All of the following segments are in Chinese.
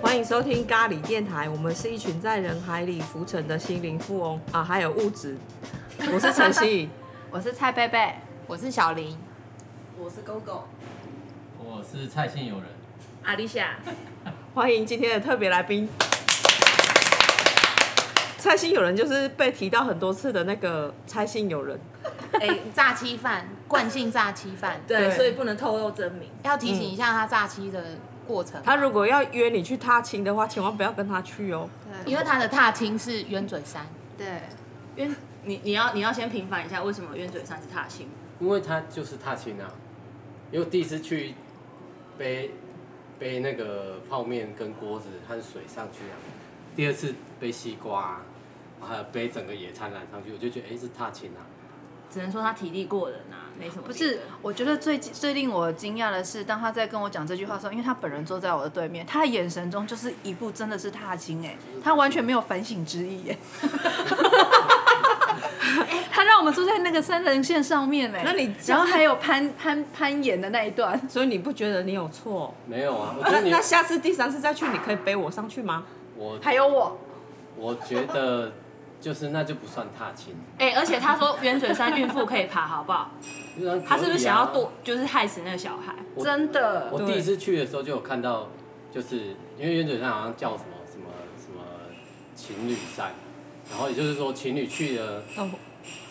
欢迎收听咖喱电台，我们是一群在人海里浮沉的心灵富翁啊，还有物质。我是晨 曦，我是蔡贝贝，我是小林，我是 GoGo，我是蔡姓友人，阿丽夏，欢迎今天的特别来宾。蔡姓友人就是被提到很多次的那个蔡姓友人，哎、诈欺犯，惯性诈欺犯，对，对嗯所以不能透露真名。要提醒一下他诈欺的过程，他如果要约你去踏青的话，千万不要跟他去哦。因为他的踏青是冤嘴山，对，冤，你你要你要先平反一下，为什么冤嘴山是踏青？因为他就是踏青啊，因为我第一次去背背那个泡面跟锅子和水上去啊，第二次背西瓜、啊，还有背整个野餐篮上去，我就觉得哎、诶是踏青啊，只能说他体力过人啊，没什么。不是，，我觉得最最令我惊讶的是，当他在跟我讲这句话的时候，因为他本人坐在我的对面，他的眼神中就是一副真的是踏青哎、他完全没有反省之意哎、他让我们坐在那个三棱线上面哎、那你然后还有攀攀攀岩的那一段，所以你不觉得你有错？没有 啊，我觉那得你那下次第三次再去，你可以背我上去吗？我还有我，我觉得就是那就不算踏 青，哎、而且他说原嘴山孕妇可以爬，好 不好？就算可以啊他是不是想要剁，就是害死那个小孩？我真的我第一次去的时候就有看到，就是因为原嘴上好像叫什么什么什么情侣赛，然后也就是说情侣去了哦，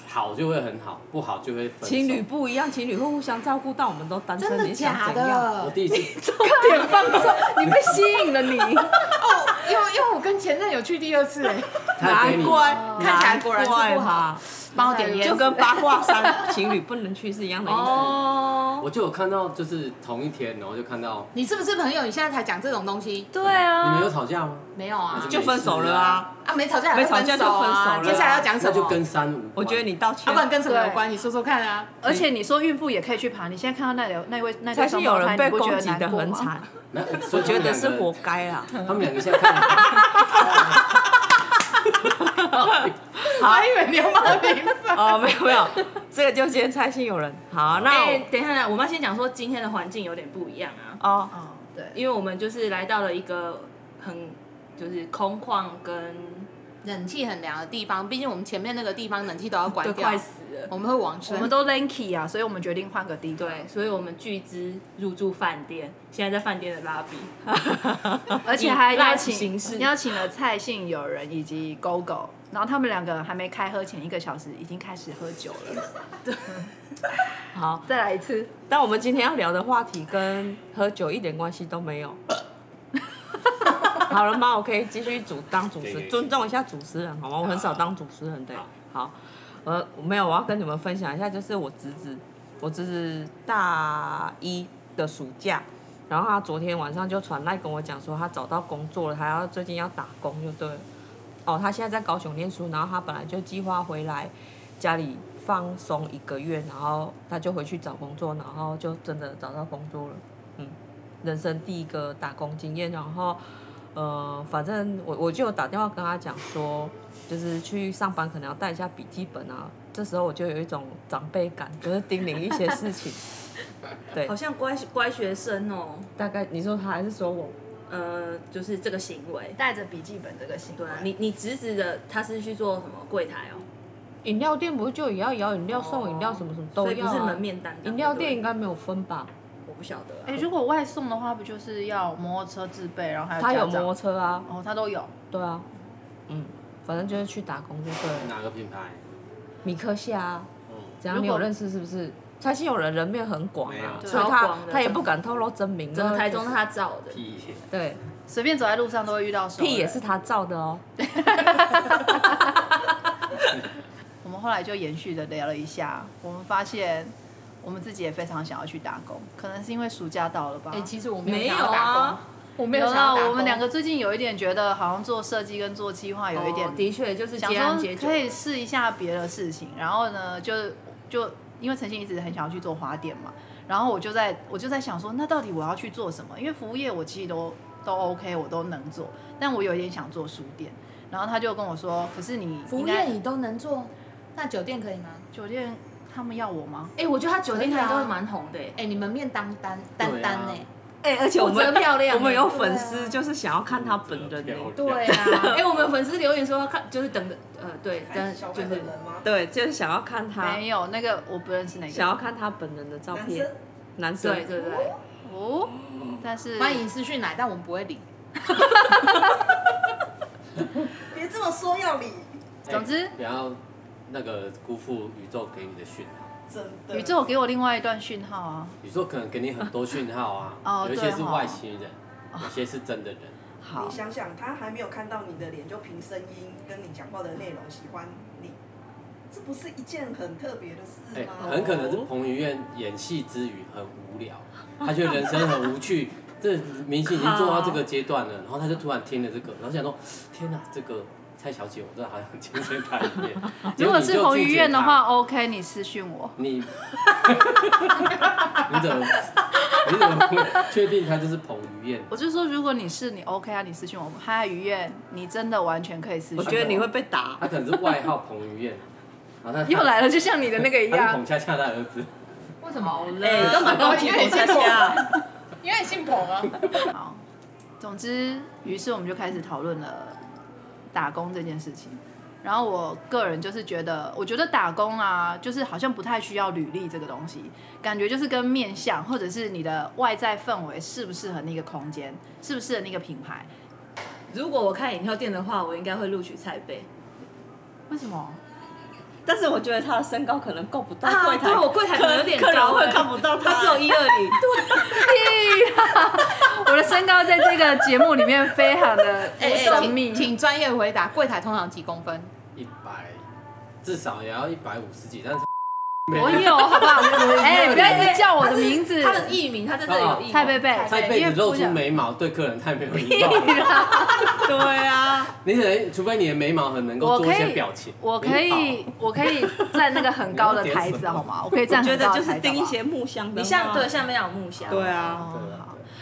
好就会很好，不好就会分手。情侣，不一样，情侣会互相照顾到，我们都单身，真的你想假怎样？我的？第一次点放纵，你被吸引了你，哦因为因为我跟前任有去第二次、哎， 他给难你怪，看起来果然是不好难怪嘛帮我点烟，就跟八卦山情侣不能去是一样的意思。哦，我就有看到，就是同一天，然后就看到你是不是朋友？你现在才讲这种东西？对你们有啊，吵架吗？没有啊，就分手了啊！啊，没吵架，没吵架就分手啊了接下来要讲什那么？就跟山无关。我觉得你道歉啊，不。然跟什么有关？你说说看啊。而且你说孕妇也可以去爬，你现在看到那里有那位那才对是双有胞人胎，被你不觉攻得击难的过很吗？ 惨，那，我所以他觉们得是两活个，该啊啦。他们两个现在看起来，我还以为你要骂名分。哦，没有没有，这个就先猜信有人。好，那哎、我等一下，我们要先讲说今天的环境有点不一样啊，哦，哦，对，因为我们就是来到了一个很就是空旷跟冷气很凉的地方，毕竟我们前面那个地方冷气都要关都掉快，死了，我们会往我生。们都 lanky 啊，所以我们决定换个地方。对，所以我们巨资入住饭店，现在在饭店的拉比，而且还邀以赖形请式邀请了蔡姓友人以及狗狗，然后他们两个还没开喝前一个小时已经开始喝酒了。好，再来一次，但我们今天要聊的话题跟喝酒一点关系都没有。 好了吗？我可以继续主当主持对对，对尊重一下主持人好吗？我很少当主持人的。好，呃，没有，我要跟你们分享一下，就是我侄子，我侄子大一的暑假，然后他昨天晚上就传来跟我讲说，他找到工作了，他要最近要打工就对了。哦，他现在在高雄念书，然后他本来就计划回来家里放松一个月，然后他就回去找工作，然后就真的找到工作了。嗯，人生第一个打工经验，然后呃，反正我我就有打电话跟他讲说，就是去上班可能要带一下笔记本啊。这时候我就有一种长辈感，就是叮咛一些事情。 对好，像乖乖学生哦、大概你说他还是说我，呃，就是这个行为。带着笔记本这个行对啊，你你侄子的他是去做什么柜台哦、饮料店不是就也要摇饮料、送饮料什么什么都所以要、不啊？是门面担当。饮料对不对店应该没有分吧？我不晓得啊、哎、如果外送的话，不就是要摩托车自备，然后还有他有家长摩托车啊，哦，他都有。对啊，嗯，反正就是去打工就对了。哪个品牌？米克夏、啊，嗯，怎样？你有认识是不是？蔡信有人人面很广没啊，有所以超他广的他也不敢透露真名。整个台中就是他造的，屁，对随便走在路上都会遇到熟人屁也是。他造的哦。我们后来就延续的聊了一下，我们发现我们自己也非常想要去打工，可能是因为暑假到了吧。哎、其实我没没有有想要打工啊，，我没想啦，要打工我们两个最近有一点觉得好像做设计跟做计划有一点、哦的确就是想接案接说久可，以试一下别的事情，然后呢，就就因为陈信一直很想要去做花店嘛，然后我就在我就在想说，那到底我要去做什么？因为服务业我其实都都 OK，我都能做，但我有一点想做书店。然后他就跟我说，可是你服应务该业你都能做，那酒店可以吗？酒店他们要我吗？哎、我觉得他酒店可以啊台都蛮红的、哎哎、你们面当单对啊单欸单呢、哎、而且我们负责漂亮我们哎有粉丝就是想要看他本人欸漂亮的，对啊， 哎，我们粉丝留言说要看，就是等着，呃，对，但就是吗？对，就是想要看他没有那个我不认识那想个要看他本人的照男片生，男生对对对，哦，但是欢迎私讯来，但我们不会理。别这么说要理，总之哎不要那个辜负宇宙给你的讯号。真的。宇宙给我另外一段讯号啊，宇宙可能给你很多讯号啊，哦 有一对些是哦外星人，有些是真的人。好你，想想，他还没有看到你的脸，就凭声音跟你讲话的内容喜欢你，这不是一件很特别的哎、事哦吗？很可能是彭于晏演戏之余很无聊，他觉得人生很无趣。这明星已经做到这个阶段了，然后他就突然听了这个，然后想说：天哪，这个蔡小姐，我真的好想见见她一 面。如果结是果彭你就拒于绝晏的她话，，OK，你私讯我。你， 你怎么， 你怎么会确定他就是彭于晏？我就说，如果你是你 OK 啊，你私信我。嗨，于燕，你真的完全可以私我信。觉得你会被打他。可能是外号彭于晏，然后他又来了，就像你的那个一他是样。彭恰恰的儿子。为什么？哎、根本攻击我恰 恰。因为你姓彭啊。好，总之，于是我们就开始讨论了打工这件事情。然后我个人就是觉得，我觉得打工啊，就是好像不太需要履历这个东西，感觉就是跟面相或者是你的外在氛围适不适合那个空间，适不适合那个品牌。如果我开饮料店的话，我应该会录取蔡贝为什么？但是我觉得他的身高可能够不到啊柜台，对我柜台可能有点客人高会哎看不到他，他只有一二零，我的身高在这个节目里面非常的 哎、神秘。请请专业回答，柜台通常几公分？一百，至少也要一百五十几，但是没 我有，好不好？ 哎、不要一直叫我的名字，他的艺名，他在这里有艺名。蔡贝贝，蔡贝因为子露不出想眉毛，对客人太没有礼貌了。 对啊， 你可能除非你的眉毛很能够我做一可些以表情，我可以，我可以 站那个很高的台子，好吗？我可以站觉很得高的就是台子钉一好吗。些木箱的话，你像对下面要有木箱，对哦啊，好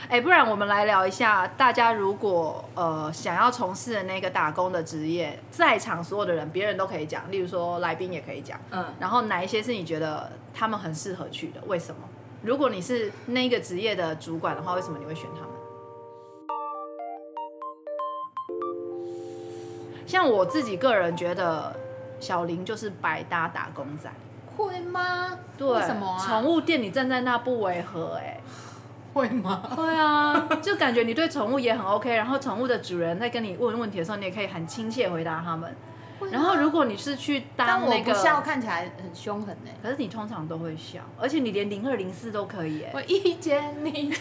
哎、不然我们来聊一下，大家如果呃想要从事的那个打工的职业，在场所有的人，别人都可以讲，例如说来宾也可以讲，嗯，然后哪一些是你觉得他们很适合去的？为什么？如果你是那个职业的主管的话，为什么你会选他们？像我自己个人觉得，小林就是百搭打工仔。会吗？对，为什么啊？宠物店你站在那不违和哎、会吗？对啊，就感觉你对宠物也很 OK，然后宠物的主人在跟你问问题的时候，你也可以很亲切回答他们。然后如果你是去啊但当我那不个，笑看起来很凶狠呢、欸可是你通常都会笑，而且你连零二零四都可以哎、我一见你就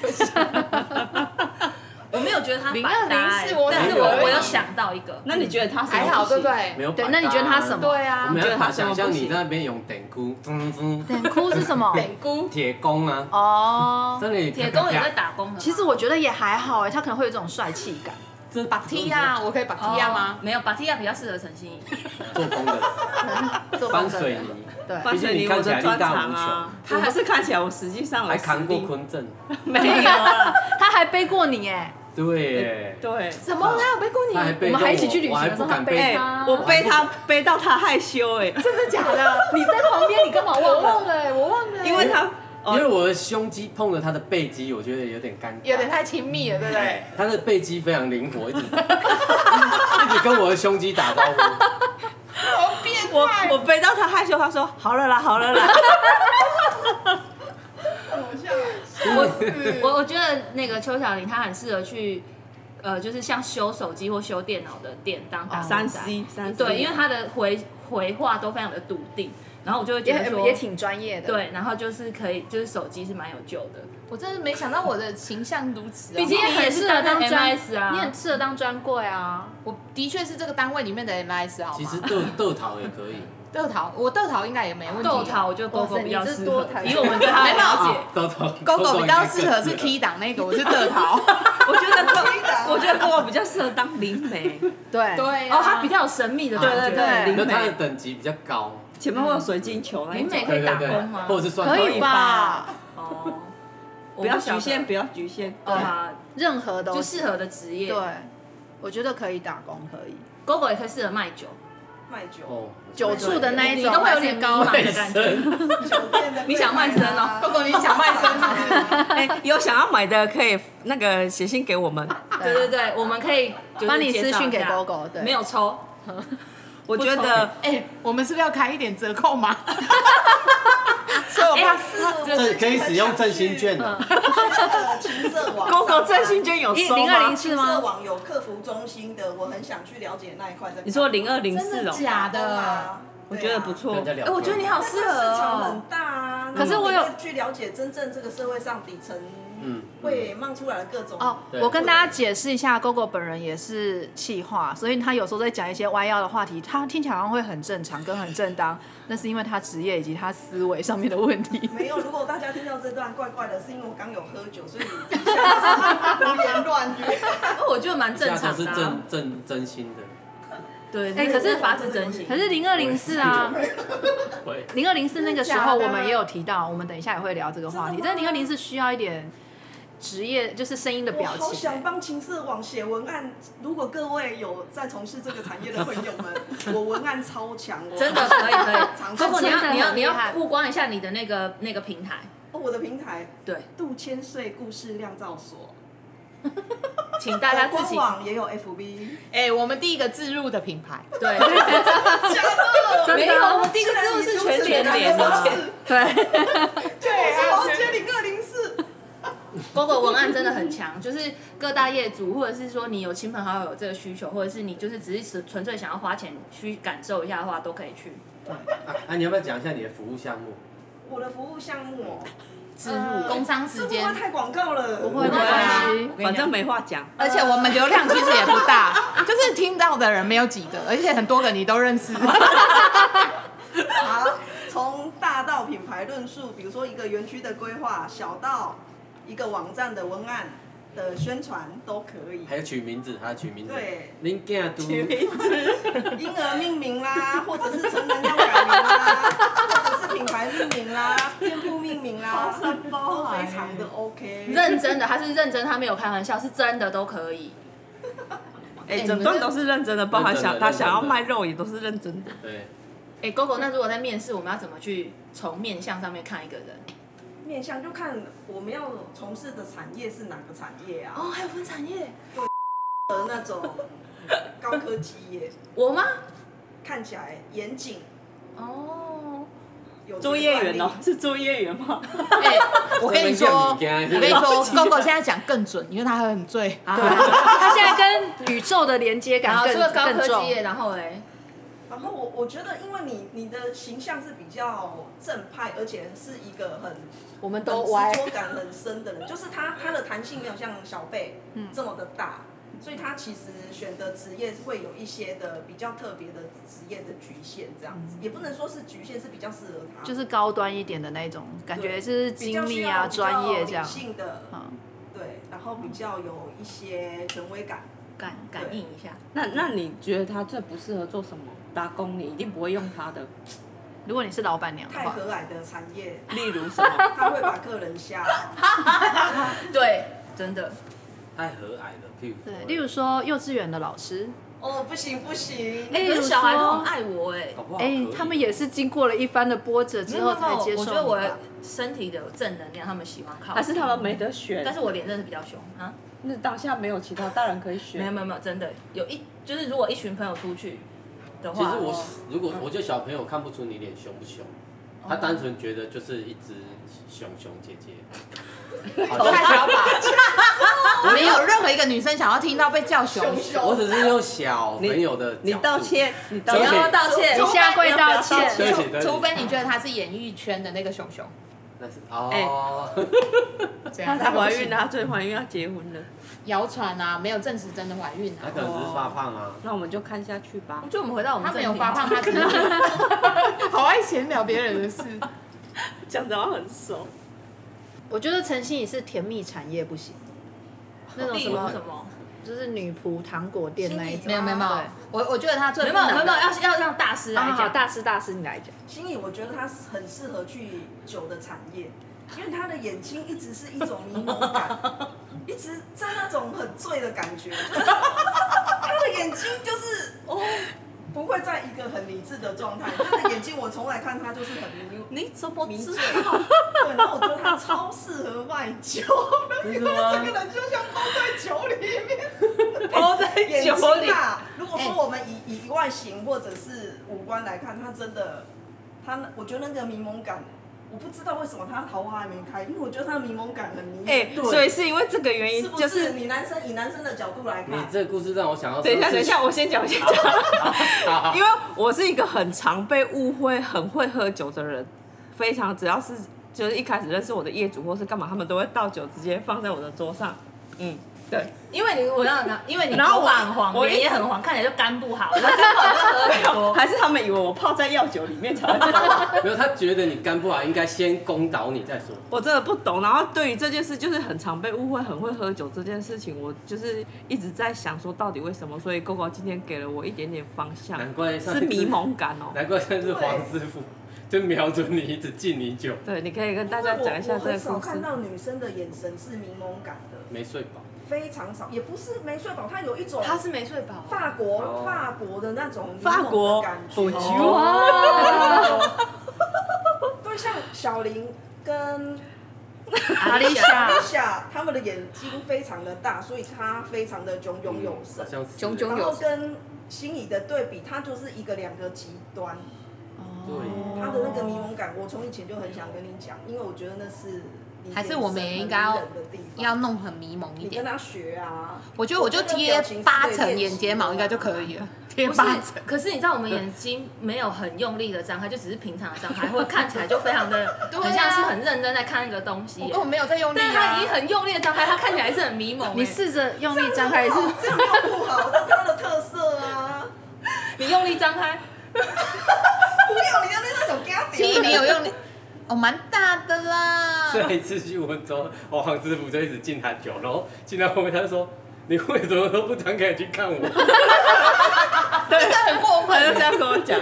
我没有觉得他0204我我但是哪有我我有想到一个，啊那你觉得他什么还好，对不对？没有对百搭啊。那你觉得他什么对我啊，没觉有得办他法什么想象不你行在那边用电箍，嗯嗯，等哭是什 么？北姑铁弓啊，哦，真的铁工也在打工的。其实我觉得也还好哎，他可能会有这种帅气 感。这把 T 啊，我可哦以把 T 啊吗吗？？没有，把 T 亚比较适合陈欣怡，做 工的做工搬的水人泥，对，翻水泥我的专长啊，毕他还是看起来我实际上有还扛过实力坤正，没有啦，他还背过你哎，对，对。怎么啦？我被过你？他还背我着们还一起去旅我行还的时不候他敢背哎、背，他，我背他背到他害羞 哎、真的假的？你在旁边，你干嘛我忘了？忘了、我忘了、因为他因哦为我的胸肌碰了他的背肌，我觉得有点尴尬，有点太亲密了，对不对？他的背肌非常灵活，一直一直跟我的胸肌打招呼。好变我我背到他害羞，他说好了啦，好了啦，我我觉得那个邱小玲她很适合去，呃，就是像修手机或修电脑的店当打工仔哦三 C 三 C，对，因为她的回回话都非常的笃定，然后我就会觉得也说也挺专业的。，对，然后就是可以，就是手机是蛮有救的，我真的没想到我的形象如此、啊，毕竟你也很是适合当当专 MS 啊你很适合当专柜啊。我的确是这个单位里面的 MIS 好吗？其实豆豆桃也可以，豆桃，我豆桃应该也没问题。豆桃，我觉得哇狗塞狗比较你这适多合谈，以我们 对他的了解，豆桃狗狗比较适合是应该更 T 档那个，我是豆 桃。我觉得啊哥，我觉得哥我比较适合当灵媒，对对啊哦，它比较有神秘的感觉，对对对那它的等级比较高，前面会有水晶球那一灵种美，可以打工吗？或者是算可以命吧？ 哦，不要局限，不要局限，对啊，任何都就适合的职业，对，我觉得可以打工，可以。狗狗也可以适合卖酒，卖酒、哦，酒醋的 那一你种，E 都会有点高昂的感觉。酒店的柜台啊，你想卖身哦狗狗，你想卖身是不是？哎、有想要买的可以那个写信给我们。对对对，我们可以就是 帮你私介绍讯一给下狗狗，对，没有抽，我不觉愁得哎、我们是不是要开一点折扣码？所以我哎们呀是我 这自这己可以使用很想振兴去券的，呃情色 网，啊公狗振兴。券有一收零二吗零？四情色吗？网有客服中心的，我很想去了解那一块在干嘛。你说零二零真四的哦，假对的？啊，我觉得不跟错人。家聊哎、天。我觉得你好好适适合合市场哦很。大啊，可是我有然后你会去了解真正这个社会上底层嗯，会冒出来的各种哦，对我跟大家解释一下，GoGo 本人也是气话，所以他有时候在讲一些歪腰的话题，他听起来好像会很正常跟很正当，那是因为他职业以及他思维上面的问题。没有，如果大家听到这段怪怪的，是因为我刚有喝酒，所以一下 子胡言乱语。哦我觉得蛮一下正都常是的、啊。真真真心的，对，哎哎、可可是是法子真 心可。是零二零四 啊，会零二零四那个时候真的假的我们也有提到，我们等一下也会聊这个话题。真的但吗零二零四需要一点职业，就是声音的我表好情、想帮情色网写文案，如果各位有在从事这个产业的朋友们，我文案超强，我真的可以可以， 常如果你真的要很你要你厉害要曝光一下你的那个那个平台，哦我的平台对，杜千岁故事酿造所，请大家自 官己网也有 FB，哎、我们第一个置入的品牌，对， 真没的有，我啊们第一个字幕是全全联联联啊的的。 对，我要接零二零四。 g o g o 文案真的很强，就是各大业主，或者是说你有亲朋好友有这个需求，或者是你就是只是纯纯粹想要花钱去感受一下的话，都可以去啊啊！你要不要讲一下你的服务项目？我的服务项目哦， 呃置入工商时这会间不会。太广告了？不会没没关系关系。反正没话讲。而啊且我们流量其实也不 大，就是听到的人没有几个，而且很多个你都认 识。好，从大到品牌论述，比如说一个园区的规划，小到一个网站的文案的宣传都可以。还有取名字，还有取名字。对，恁囝都取名字、婴儿命名啦，或者是成人要改名啦，或者是品牌命名啦、店铺命名啦，都非常的 OK。啊认真的，他是认真，他没有开玩笑，是真的都可以。哎、哎整你们段这都是认真的，包含认真想的他认真想的要卖肉也都是认真的。对，哎、g o g o 那如果在面试，我们要怎么去从面相上面看一个人？面向就看我们要从事的产业是哪个产业啊？哦，还有分产业，的那种 高科技业，我吗？看起来严谨。哦，有作业员哦哦，，是作业员吗？哎、我跟你说，我跟你 说，Gogo 现在讲更准，因为他很醉。他现在跟宇宙的连接然感后更除了高更科技重。业，然后嘞，然后我我觉得，因为你你的形象是比较正派，而且是一个很我们很执着感很深的人，就是他他的弹性没有像小贝嗯这么的大，所以他其实选的职业会有一些的比较特别的职业的局限，这样子、也不能说是局限，是比较适合他，嗯就是高端一点的那种感觉，就是比精较需密要啊、比较专业这样理。性的，嗯，对，然后比较有一些权威感。感感应一下。那那你觉得他最不适合做什么？打工你一定不会用他的，如果你是老板娘的太话，和蔼的产业，例如什 么？他会把客人吓到。对，真的。太和蔼了，譬如说对，例如说幼稚园的老师， 哦，不行不行，哎、可是小孩都很爱我哎、搞不好可哎以，他们也是经过了一番的波折之后才接受你我觉吧。得我身体的正能量，他们喜欢靠。还是他们没得选？但是我脸真的比较凶啊。那当下没有其他大人可以选。没有没有没有，真的有一就是如果一群朋友出去的其话，哦实我如果我觉得小朋友看不出你脸凶不凶，哦他单纯觉得就是一只熊熊姐 姐，好太像小吧， 没有任何一个女生想要听到被叫熊熊。我只是用小朋友的你角度道，歉，你道你而且歉。要道歉，你下跪道歉对不起对不起啊除非你觉得他是演艺圈的那个熊熊，那是哎哦，这她样才怀孕啊，她最怀孕要结婚了，谣传啊，没有证实真的怀孕他啊。可能只是发胖啊，那我们就看下去吧。就我们回到我们他正没题有发胖，他只是 好爱闲聊别人的事。讲的好像很熟，我觉得陈心怡是甜蜜产业不行，那种例什如么什么？就是女仆糖果店那一心种仪。没有没有没有对，我我觉得他没最有不没有能没有，要要让大师来啊，好，讲。大师大师你来讲，心怡，我觉得他很适合去酒的产业，因为他的眼睛一直是一种迷蒙感，一直在那种很醉的感觉，就是他的眼睛就是哦，不会在一个很理智的状态。他的眼睛我从来看他就是很迷你怎么迷知醉，道？对，然后我觉得他超适合卖酒，因为真的哦这吗啊个人就像泡在酒里面， 包在眼酒睛里。哎啊。如果说我们以以外形或者是五官来看，他真的，他那我觉得那个迷蒙感，我不知道为什么他桃花还没开，因为我觉得他的迷蒙感很迷人。哎、对所以是因为这个原因，是不就是是你男生以男生的角度来你看，这故事让我想到，等一下，等一，下，我先讲，我先讲，因为我是一个很常被误会、很会喝酒的人，非常只要是就是一开始认识我的业主或是干嘛，他们都会倒酒直接放在我的桌上。嗯，对，因为你我让他，因为你然后头我发很黄，我一脸也直很黄，看起来就肝不好，我就根本就喝很多。还是他们以为我泡在药酒里面才会这样。没有，他觉得你干不好，应该先攻倒你再说。我真的不懂。然后对于这件事，就是很常被误会很会喝酒这件事情，我就是一直在想说到底为什么。所以 GoGo 今天给了我一点点方向，难怪上是次迷，蒙感哦。难怪上次黄师傅就瞄准你，一直敬你酒，对，你可以跟大家讲一下我我这个很少故看事。到女生的眼神是迷蒙感的，没睡饱。非常少，也不是没睡饱，他有一种他是没睡饱，法国、哦法国的那种迷蒙法的国感补觉。球啊，对，像小林跟阿丽啊莎，夏，他们的眼睛非常的大，所以他非常的炯炯有神好。像是炯炯嗯然有后跟心仪的对比，他就是一个两个极端，哦对，他的那个迷蒙感，我从以前就很想跟你讲，因为我觉得那是你还是我们也应该要眼神很迷人的地方要弄很迷蒙一你跟点。他学啊。我觉得我就贴八层眼睫毛应该就可以了，贴 不八是层。，可是你知道我们眼睛没有很用力的张开，就只是平常的张开，会看起来就非常的，对啊很像是很认真在看一个东西我。根本没有在用力但是他已啊经！很用力的张开，他看起来是很迷蒙。你欸试着用力张开一次，这样又不好，这是他的特色啊！你用力张开，不要你要那种给他屁，你有用力？哦，蛮大的啦。上一次去温州，我黄师傅就一直敬他酒，然后敬到后面他就说：“你为什么都不张开眼睛看我？”真的很过他分就这。样跟我讲，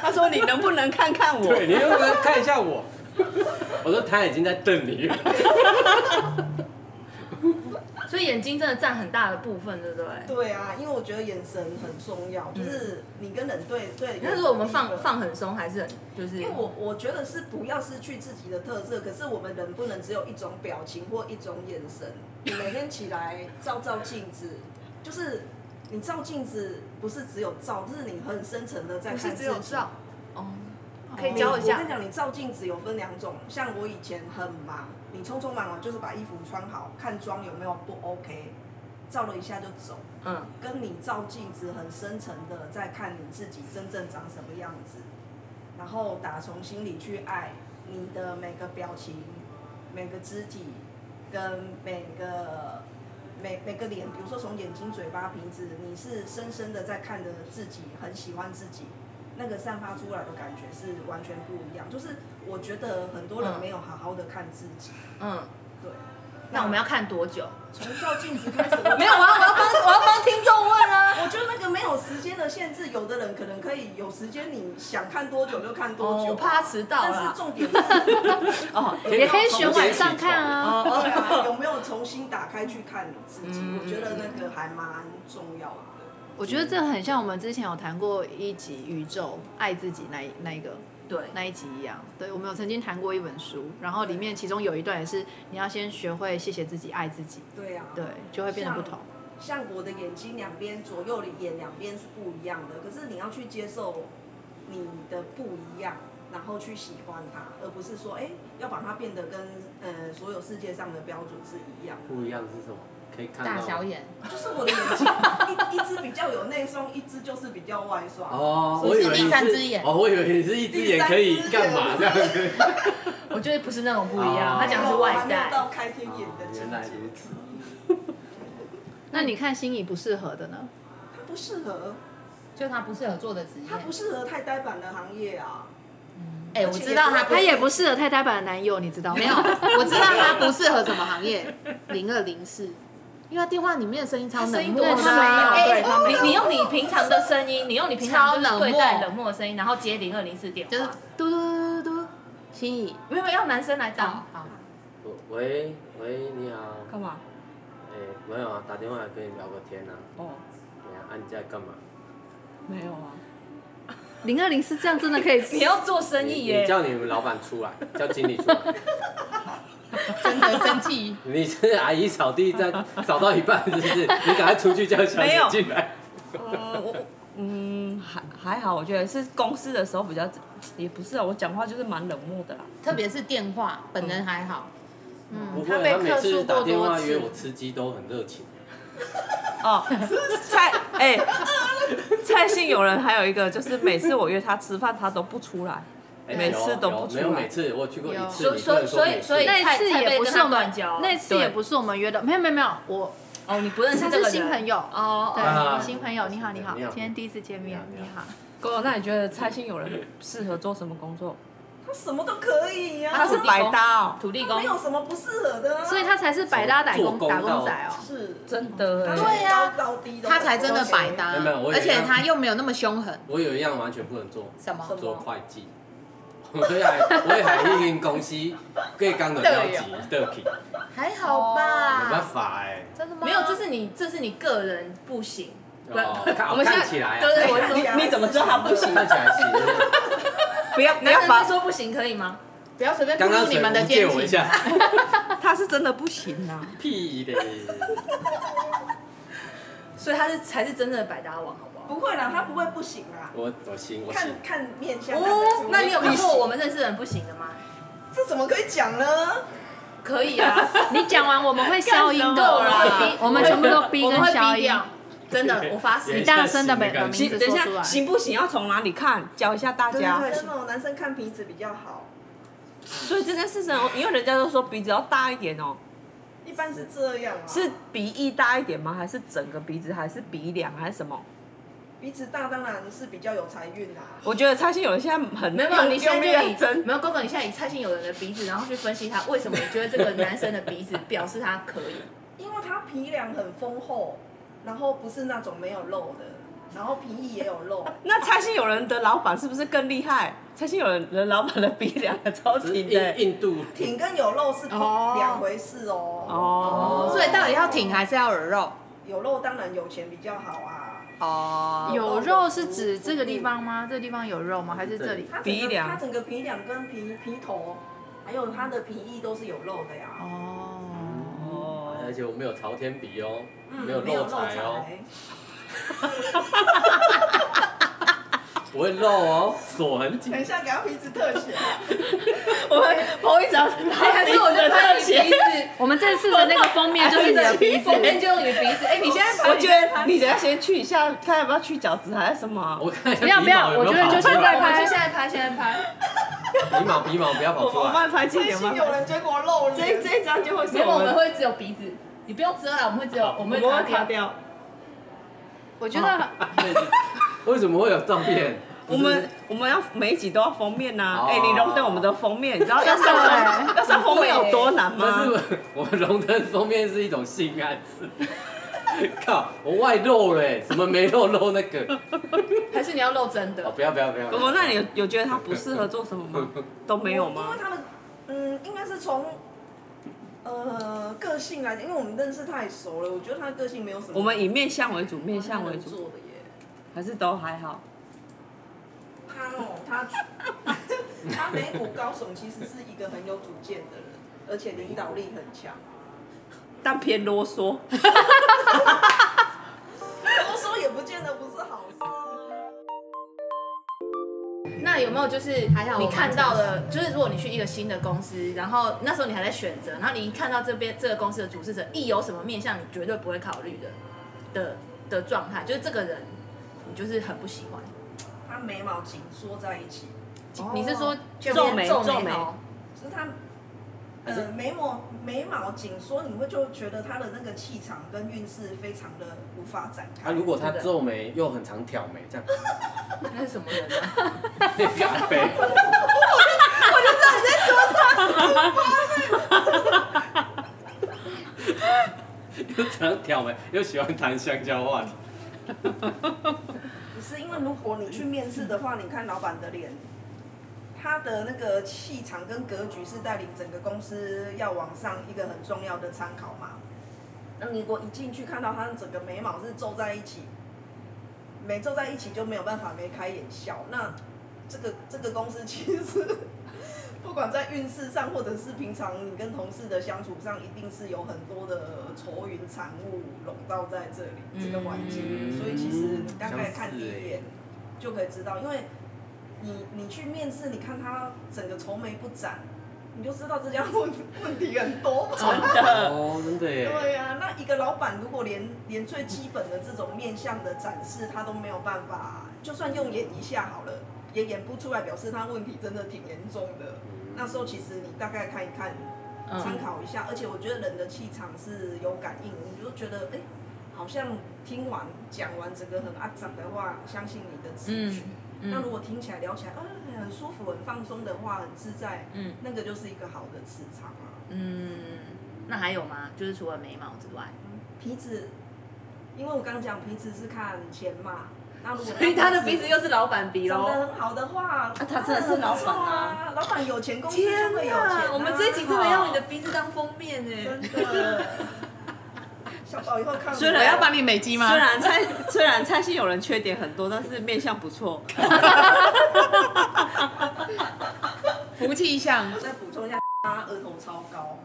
他说你能不能看看我？对，你能不能看一下我？我说他已经在瞪你了。所以眼睛真的占很大的部分，对不对？对啊，因为我觉得眼神很重要，就是你跟人对对。但是我们放，放很松，还是很就是因为我我觉得是不要失去自己的特色，可是我们人不能只有一种表情或一种眼神。你每天起来照照镜子，就是你照镜子不是只有照，就是你很深层的在不看是自只己。有照哦，可以你教一我下跟你讲，你照镜子有分两种，像我以前很忙，你匆匆忙忙就是把衣服穿好，看妆有没有不 OK，照了一下就走。嗯，跟你照镜子很深层的在看你自己真正长什么样子，然后打从心里去爱你的每个表情、每个肢体跟每个每每个脸，比如说从眼睛、嘴巴、鼻子，你是深深的在看着自己，很喜欢自己，那个散发出来的感觉是完全不一样。就是我觉得很多人嗯没有好好的看自己，嗯，对。那我们要看多久？从照镜子开始， 我没有，我要我要帮我要帮听众问啊。我觉得那个没有时间的限制，有的人可能可以有时间，你想看多久就看多久。哦，我怕迟到但了是。重点 是，哦，也可以选晚上看啊。哦对哦，啊，有没有重新打开去看你自己？嗯我觉得那个还蛮重要的。我觉得这很像我们之前有谈过一集宇宙爱自己那一那一个对，那一集一样。对，我们有曾经谈过一本书，然后里面其中有一段也是你要先学会谢谢自己、爱自己，对啊，对，就会变得不同。像我的眼睛两边左右眼两边是不一样的，可是你要去接受你的不一样，然后去喜欢它，而不是说哎、要把它变得跟呃所有世界上的标准是一样的。不一样是什么？可以看到大小眼，就是我的眼睛，一一只比较有内双，一只就是比较外双。哦，不我是以为你第三只眼哦，我以为你是一只眼可以干嘛这样子。我觉得不是那种不一样，哦他讲的是外没有在。到开 天眼的境原来界，如此，那你看心仪不适合的呢？它不适合，就他不适合做的职业它不适合太呆板的行业啊。哎，我知道他他也不适合太呆板的男友，你知道吗？没有， 我知道他不适合什么行业，零二零四，因为他电话里面的声音超冷漠的他没有啊，对他哎你你用你平常的声音，你用你平常就是对待超冷漠冷漠的声音，然后接零二零四电就是话，嘟嘟嘟嘟，心仪，没有要男生来打好，好，喂喂，你好，干嘛？哎，没有啊，打电话来跟你聊个天啊。哦，哎呀，啊你在干嘛？没有啊，零二零是这样，真的 可以。你要做生意你你耶，叫你们老板出来， 叫经理出来。真的生气。你是阿姨扫地在扫到一半，是不 是？你赶快出去叫小没姐有进来。嗯，我嗯还还好，我觉得是公司的时候比较，也不是啊，我讲话就是蛮冷漠的啦。特别是电话，本人还好。嗯不嗯会，他啊被他每客次诉打过电多话约次我吃鸡都很热情。哦，蔡哎、蔡姓友人还有一个就是每次我约他吃饭，他都不出来，哎每有次都有不出没有来每次，我去过一有次，所你不能说所所每以次所以那蔡次蔡也贝不跟是他我们断交，那次也对不是我们约的，没有没有没有，我哦，你不认识他这个是人新朋友，哦对，啊哦，新朋友，你好你好，你好今天第一次见面，你你好好，哥，哦那你觉得蔡姓友人适合做什么工作？他什么都可以呀、他是百搭哦，土地他公没，有什么不适合的、啊，所以他才是百搭打做工工打到工仔哦，是真的哎、他对呀高高低都他才真的百搭没有没有，我有而一且样他又没有那么凶狠。我有一样完全不能做，什么？做会计。我也还我也还一间公司，贵港的要 急得起，没还好办吧？法哎。真的吗？没有，这是你这是你个人不行，不然哦，看我我们现看在起来啊，对对，我你说你怎么知道他不行？看起来行。不要不男要人把被说不行可以吗？不要随便刚侮刚辱水你们的壶借奸我一情。下，他是真的不行啊。屁的。所以他是才是真正的百搭王，好不好？不会啦，他不会不行啦。我我行我行看，看面相。看得哦出，那你有看过不行我们认识的人不行的吗？ 这怎么可以讲呢？可以啊，你讲完我们会消音的够啦啦，我们全部都逼我们跟会消逼音。掉，真的， 我发誓你。大声地每个名行，字等一说出下，来行不行要从哪里看？教一下大家。男生哦，男生看鼻子比较好，所以这件事情哦，因为人家都说鼻子要大一点哦，一般是这样啊。是鼻翼大一点吗？还是整个鼻子？还是鼻梁？还是什么？鼻子大，当然是比较有财运啊啦。我觉得蔡心有人现在很没有没有，你现在用力就认以真，没有哥哥，你现在以蔡姓友人的鼻子，然后去分析他为什么你觉得这个男生的鼻子表示他可以，因为他鼻梁很丰厚，然后不是那种没有肉的，然后皮翼也有肉。 那蔡心有人的老板是不是更厉害？蔡心有人的老板的鼻梁很超只是挺印的， 印度挺跟有肉是不哦两回事哦。哦，所以到底要挺还是要耳肉？有肉当然有钱比较好啊。哦，有肉是指这个地方吗？这个地方有肉吗？还是这里？他整个鼻梁他整个鼻梁跟皮皮头，还有他的皮翼都是有肉的呀。哦，而且我们有朝天鼻哦，嗯没有没有漏漏财哦，财。不会漏哦，锁很紧等。一下给他鼻子特 写。我们彭一长哎哎还是我的特写，我们这次的那个封面就是你的鼻 子，人就用你鼻子。哎，你现在我觉得你等一下先去一下，看要不要去角质还是什么啊。我看一下不要鼻不要毛有没有我觉得跑就出来现在我们就现在拍，现在拍。鼻毛鼻毛不要跑出我慢来。慢拍近点，慢信慢有拍人结果露这脸，这一张就会是结果我我们们，会只有鼻子，你不用遮了，我们会只有我我们们会会卡卡掉。掉。我觉得 为什么会有照片？我们我们要每一集都要封面呐、哦哎、你荣登我们的封面，你知道要上真的哎封要上封面有多难不是，吗？ 但是我们荣登封面是一种性暗示。靠，我外露了欸，什么没露露那个？还是你要露真哦，的？不要不要不要！狗狗，那你有有觉得他不适合做什么吗？都没有因吗为？他们，嗯，应该是从。呃，个性来讲，因为我们认识太熟了，我觉得他的个性没有什么。我们以面相为主，面相为能主，做的耶。还是都还好。他哦，他 他眉骨高耸，其实是一个很有主见的人，而且领导力很强。但偏啰 嗦，我说也不见得不是好事啊。那有没有就是还好我你们看到的，就是如果你去一个新的公司，然后那时候你还在选择，然后你一看到这边这个公司的主事者一有什么面向，你绝对不会考虑的的的状态，就是这个人你就是很不喜欢。他眉毛紧缩在一起，你是说这边皱眉哦皱皱眉哦眉头？就是他，呃，眉毛眉毛紧缩，你会就觉得他的那个气场跟运势非常的无法展开。啊，如果他皱眉又很常挑眉，这样那是什么人啊？咖 啡， 又常挑眉，又喜欢谈香蕉话题，不是因为如果你去面试的话，你看老板的脸，他的那个气场跟格局是带领整个公司要往上一个很重要的参考嘛。那你如果一进去看到他整个眉毛是皱在一起，每周在一起就没有办法眉开眼笑。那这个这个公司其实 不管在运势上，或者是平常你跟同事的相处上，一定是有很多的愁云惨雾笼罩在这里这个环境，嗯所以其实你大概相看似第欸一眼就可以知道，因为你你去面试，你看他整个愁眉不展，你就知道这家问 问题很多。哦，真的耶，对呀、那一个老板如果连连最基本的这种面向的展示他都没有办法，就算用演一下好了，也演不出来，表示他问题真的挺严重的。嗯那时候其实你大概看一看，嗯参考一下，而且我觉得人的气场是有感应，你就觉得哎、诶好像听完讲完整个很阿长的话，相信你的直觉。嗯那如果听起来聊起来，啊，很舒服、很放松的话，很自在，嗯，那个就是一个好的磁场啊。嗯，那还有吗？就是除了眉毛之外，皮子，因为我刚讲皮子是看钱嘛，那如果所以 他的鼻子又是老板鼻长喽。得很好的话，那哦啊他真的是老板啊，老板有钱，公司就会有钱啊、我们这一集真的要你的鼻子当封面哎真。 的。小宝以后看虽我然要帮你美肌吗？虽然蔡 虽然蔡信有人缺点很多，但是面相不 错。福气相我，再补充一下，他额头超高，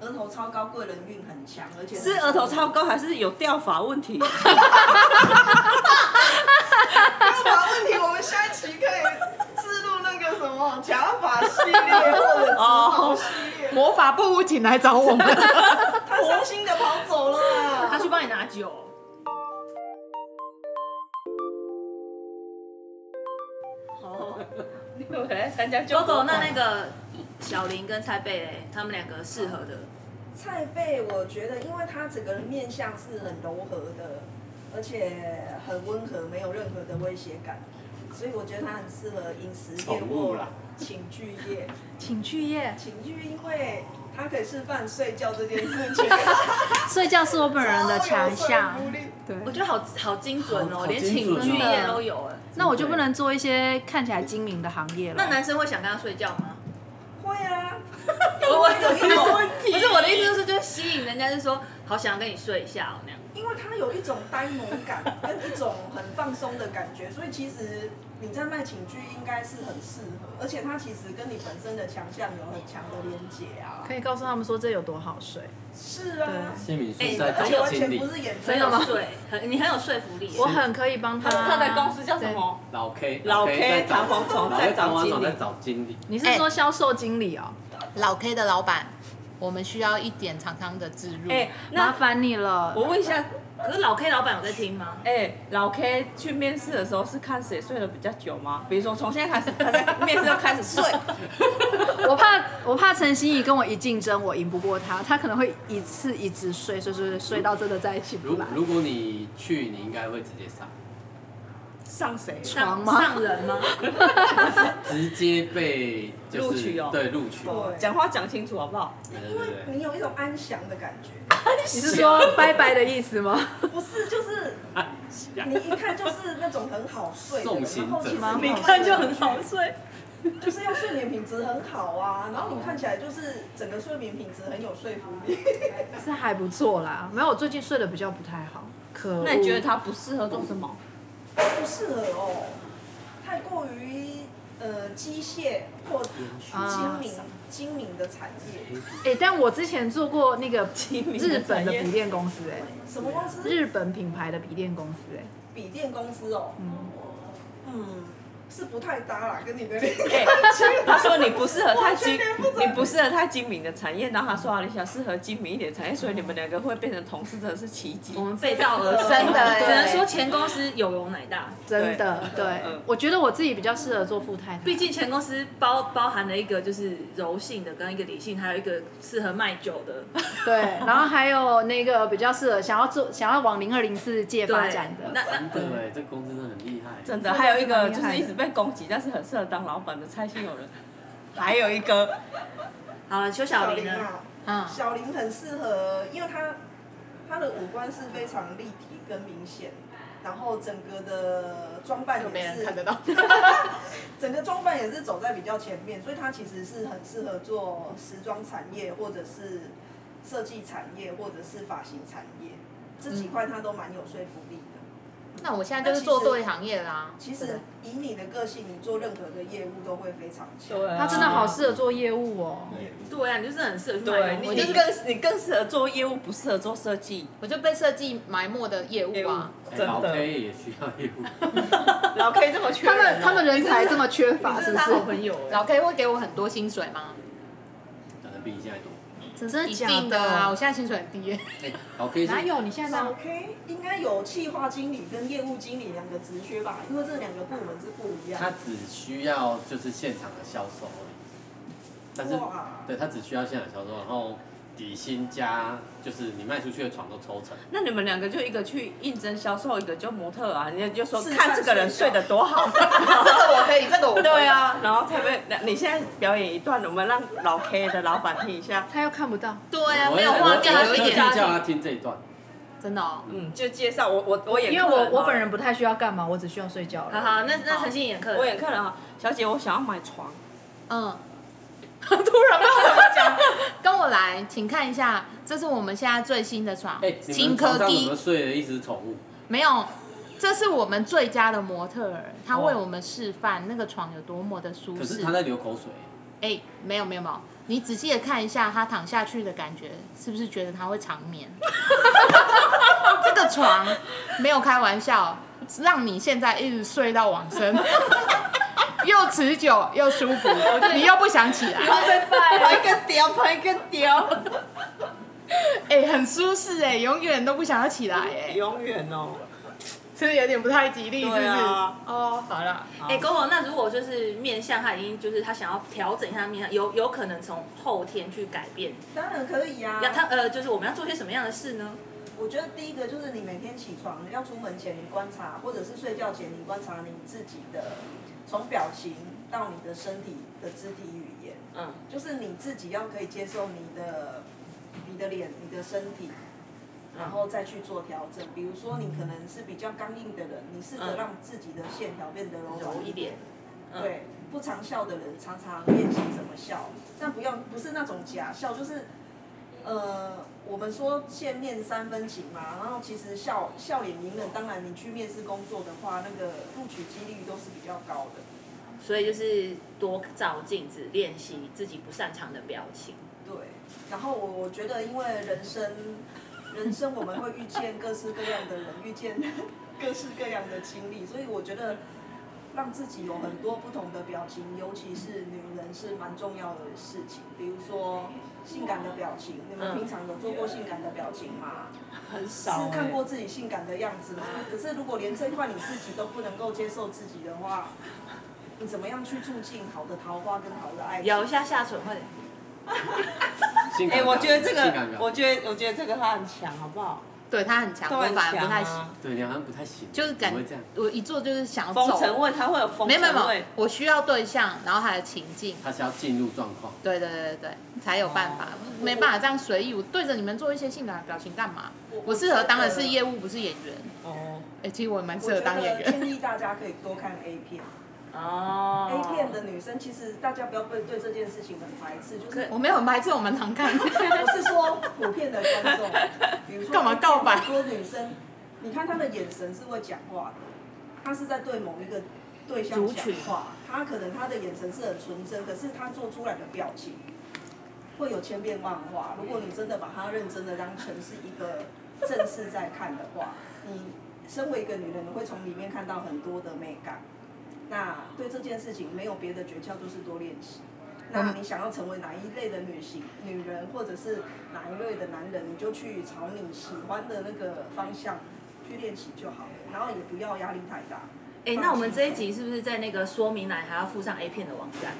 额头超高，贵人运很强，而且是额头超高还是有掉发问题？法问题，我们下一期可以置入那个什么假发系列或者植毛系哦列。魔法部请来找我们。 他伤心的跑走了啊他去帮你拿酒。哦，你有来参加狗狗，那那个小林跟蔡贝蕾，他们两个适合的，蔡贝，我觉得因为他整个人面相是很柔和的，而且很温和，没有任何的威胁感，所以我觉得他很适合饮食业宠物或啦 情趣 业。请去夜情趣因为他可以示范睡觉这件 事情，睡觉是我本人的强项超有说服力。对，我觉得好好精准哦，好连好精情准哦趣业都有哎。那我就不能做一些看起来精明的行业了。那男生会想跟他睡觉吗？会啊， 我我有有问题，不是我的意思就是，就是吸引人家，就是说好想跟你睡一下哦那样。因为他有一种呆萌感跟一种很放松的感觉，所以其实你在卖情趣应该是很适合，而且他其实跟你本身的强项有很强的连接啊。可以告诉他们说这有多好睡。是啊。谢敏哎书在而且总完经全理不，是演很真有的，睡，很你很有说服力。我很可以帮 他。他他的公司叫什么？老 K 老 K 在找弹簧床老在 K 找弹簧经床理在找经理，你是说销售经理哦？老 K 的老板，我们需要一点常常的置入。哎，麻那烦你了。我问一下，可是老 K 老板有在听吗？哎、老 K 去面试的时候是看谁睡得比较久吗？比如说从现在开始， 他在面试就开始 睡， 我怕我怕陈心怡跟我一竞争，我赢不过她，她可能会一次一直睡睡睡睡睡到真的再起如不来。如果你去，你应该会直接上，上谁？床上吗上人吗？直接被就是录取哦对录取，对讲话讲清楚好不 好？对对因为对对，你有一种安详的感觉， 你是啊说拜拜的意思吗？不是就是你一看就是那种很好睡的，送行然者后其实蛮好你睡的看就很好睡。就是要睡眠品质很好啊，然后你看起来就是整个睡眠品质很有说服力。是还不错啦，没有，我最近睡得比较不太好。可恶那你觉得他不适合做什么？不适合哦，太过于呃机械或精明、精明的产业。哎、但我之前做过那个明的日本的产业笔电公司、什么公司哎，？日本品牌的笔电公司、哎，笔电公司哦。嗯，是不太搭啦，跟你的脸。哎、他说你不适合太精完全连不，着你不适合太精明的产业，然后他说你想适合精明一点的产业，所以你们两个会变成同事，真的是奇迹我。们背道而驰，真的只能哎说前公司有容乃大，真的，对，嗯我觉得我自己比较适合做富太太。 毕竟前公司包包含了一个就是柔性的跟一个理性，还有一个适合卖酒的。对，然后还有那个比较适合想要做想要往零二零四界发展的，那那真的哎，这公司真的很厉害，真的，还有一个这个是蛮厉就害的是一直被攻击，但是很适合当老板的蔡姓友人，还有一个好了，邱小林呢？啊，嗯，小林很适合，因为他他的五官是非常立体跟明显，然后整个的装扮就没也人是看得到。 整个装扮也是走在比较前面，所以它其实是很适合做时装产业，或者是设计产业，或者是发型产业，这几块它都蛮有说服力的。嗯那我现在就是做对行业啦。其实以你的个性，你做任何的业务都会非常强。对啊他真的好适合做业务哦。哎对啊，你就是很适合去卖对东你，西。你更你更适合做业务，不适合做设计。我就被设计埋没的业务啊。哎真老的， K 也需要业务，老 K 这么缺他人们哦，他们人才这么缺啊乏，是不是？朋友老 K 会给我很多薪水吗？可能比你现在多。真的一假定的啊，我现在薪水很低耶。哎，老 K 是哪有？你现在这样 OK，应该有企划经理跟业务经理两个职缺吧，因为这两个部门是不一样。他只需要就是现场的销售而已，但是哇对他只需要现场销售，然后底薪加就是你卖出去的床都抽成，那你们两个就一个去应征销售，一个就模特啊，你就说示范看这个人睡得多 好。这个我可以，这个我可以对，啊，然后才被你现在表演一段，我们让老 K 的老板听一下。他又看不到，对啊，我没有我话我讲，有一特地叫点他听这一段，真的哦。嗯，就介绍我我我演因为客人我我好本了人不太需要干嘛，我只需要睡觉好了。好，那那诚心演客我人，演客人哈，小姐，我想要买床。嗯， 突然不知道怎么讲，跟我来，请看一下，这是我们现在最新的床哎，，你金们床科上怎么技睡了一只宠物？没有。这是我们最佳的模特儿，他哦为我们示范那个床有多么的舒可是适他。在流口水，哎，没有没有没有，你仔细的看一下他躺下去的感觉，是不是觉得他会长眠？ 这个床没有开玩笑，让你现在一直睡到往生， 又持久又舒服，你又不想起来。拍个屌，拍个屌，哎、很舒适哎、永远都不想要起 来哎、永远哦。是不是有点不太吉利？是不对是？啊哦，好了，哎，狗狗，那如果就是面相，他已经就是他想要调整一下面相，有有可能从后天去改变。当然可以啊。要他呃，就是我们要做些什么样的事呢？我觉得第一个就是你每天起床要出门前，你观察，或者是睡觉前，你观察你自己的从表情到你的身体的肢体语言，嗯，就是你自己要可以接受你的你的脸、你的身体，嗯然后再去做调整。比如说你可能是比较刚硬的人，你试着嗯让自己的线条变得柔柔软一点。嗯对，不常笑的人常常练习怎么笑，但不要不是那种假笑，就是呃，我们说见面三分情嘛，然后其实笑笑脸迎人，当然你去面试工作的话，那个录取几率都是比较高的。所以就是多照镜子，练习自己不擅长的表情。对，然后我我觉得，因为人生人生我们会遇见各式各样的人，遇见各式各样的经历，所以我觉得。让自己有很多不同的表情，尤其是女人是蛮重要的事情。比如说性感的表情，你们嗯平常有做过性感的表情吗？很是少欸看过自己性感的样子吗？可是如果连这一块你自己都不能够接受自己的话，你怎么样去促进好的桃花跟好的爱情？咬一下下唇，快点。性哎、感表我觉得这性感个，表我觉得我觉得这个他很强，好不好？对他很强，都我很反而不强太行，啊。对你好像不太行，就是怎感么会这样，我一做就是想要风尘走。味，他会有风没有没有尘没味有。，我需要对象，然后还有情境，他是要进入状况，对对对对对，才有办法，哦没办法这样随意。我对着你们做一些性感的表情干嘛？我适合当的是业务，不是演员。哦，哎、其实我也蛮我适觉合当演得建员。议大家可以多看 A 片、哦 a 片的女生其实大家不要对对这件事情很排斥，就是 我没有很排斥我们 常看， 我是说普遍的观众，比如说干嘛告白很多女生，你看她的眼神是会讲话的，她是在对某一个对象族讲群话，她可能她的眼神是很纯真，可是她做出来的表情会有千变万化。如果你真的把她认真的当成是一个正式在看的 话，你身为一个女人，你会从里面看到很多的美感。那对这件事情没有别的诀窍，就是多练习。嗯那你想要成为哪一类的女性、女人，或者是哪一类的男人，你就去朝你喜欢的那个方向去练习就好了。然后也不要压力太大。哎、那我们这一集是不是在那个说明栏还要附上 A 片的网站？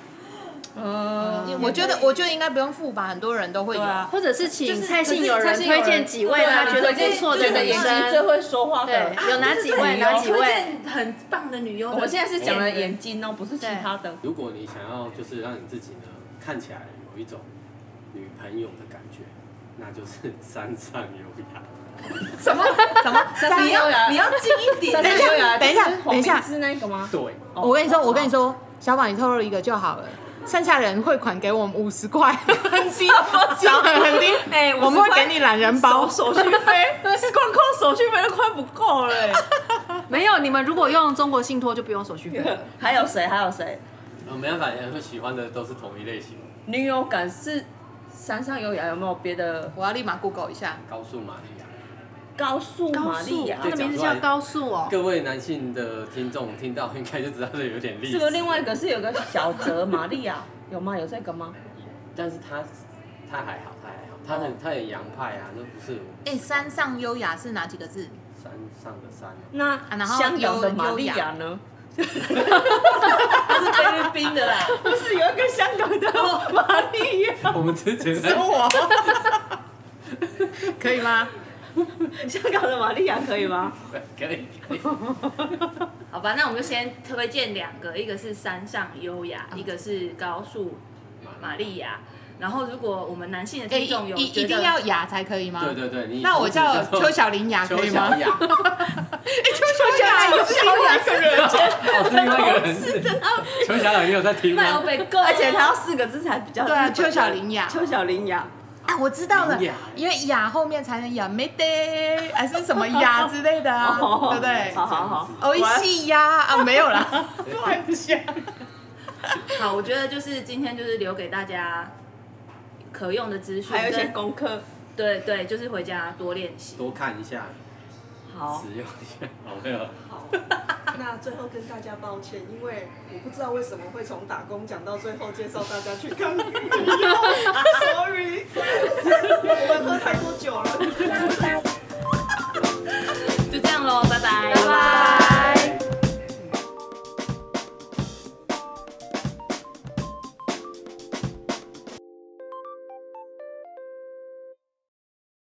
我觉得我觉得应该不用付吧，很多人都会有。对啊或者是请蔡可姓是友人蔡姓友人推荐几位他啊啊啊觉得不错的觉得女眼睛最生，会说话的对。，有哪几位？哪几推位？荐很棒的女优的。我们现在是讲的眼睛哦，不是其他的。如果你想要就是让你自己呢看起来有一种女朋友的感觉，那就是 山上优雅。什么什么？三你要你要近一点。等一下，等一下就是黄明等一下志那个吗？对，哦我跟你哦说，我跟你说，小宝，你透露一个就好了。剩下人汇款给我们五 十块，很低，小很很低，哎我哦们会给你懒人 包。手手续费，光扣手续费都快不够了欸。没有，你们如果用中国信托就不用手续费了。还有谁？还有谁？呃，没办法，人会喜欢的都是同一类型，女友感是山上优雅，有没有别的我要立马 Google 一下。高速玛利亚。高速高玛啊利速，亚它？的名字叫高速哦。各位男性的听众听到应该就知道这有点历史。是不是另外一个是有个小泽玛利亚？有吗？有这个吗？但是他他还好，他还好，他很他很洋派啊，那不是我哎、山上优雅是哪几个字？山上的山啊。那然后香港的玛利优亚雅呢？是菲律宾的啦。不是有一个香港的玛利亚， 我们之前 在可以吗？香港的玛利亚可以吗？可以可以，好吧，那我们就先推荐两个，一个是山上优雅，一个是高速玛利亚。然后，如果我们男性的哎、听众有一觉一定得要雅才可以吗？对对对，你那我叫你邱小玲雅可邱以小吗？哎雅，邱小雅有是另外一个人，哦，是另外一个人是，邱小雅也有在听麦欧吗？贝啊而且它要四个字才比较对啊日本邱小玲雅邱小玲雅，啊，我知道了雅，因为雅后面才能雅妹的，还是什 么雅之类的啊，哦对不对？哦好好好，哦，一系呀啊，没有啦， 乱讲。好，我觉得就是今天就是留给大家可用的资讯，还有一些跟功课，对对，就是回家多练习。多看一下，好，使用一下，好哦没有？好，那最后跟大家抱歉，因为我不知道为什么会从打工讲到最后介绍大家去看旅 游，sorry，我们喝太多酒了。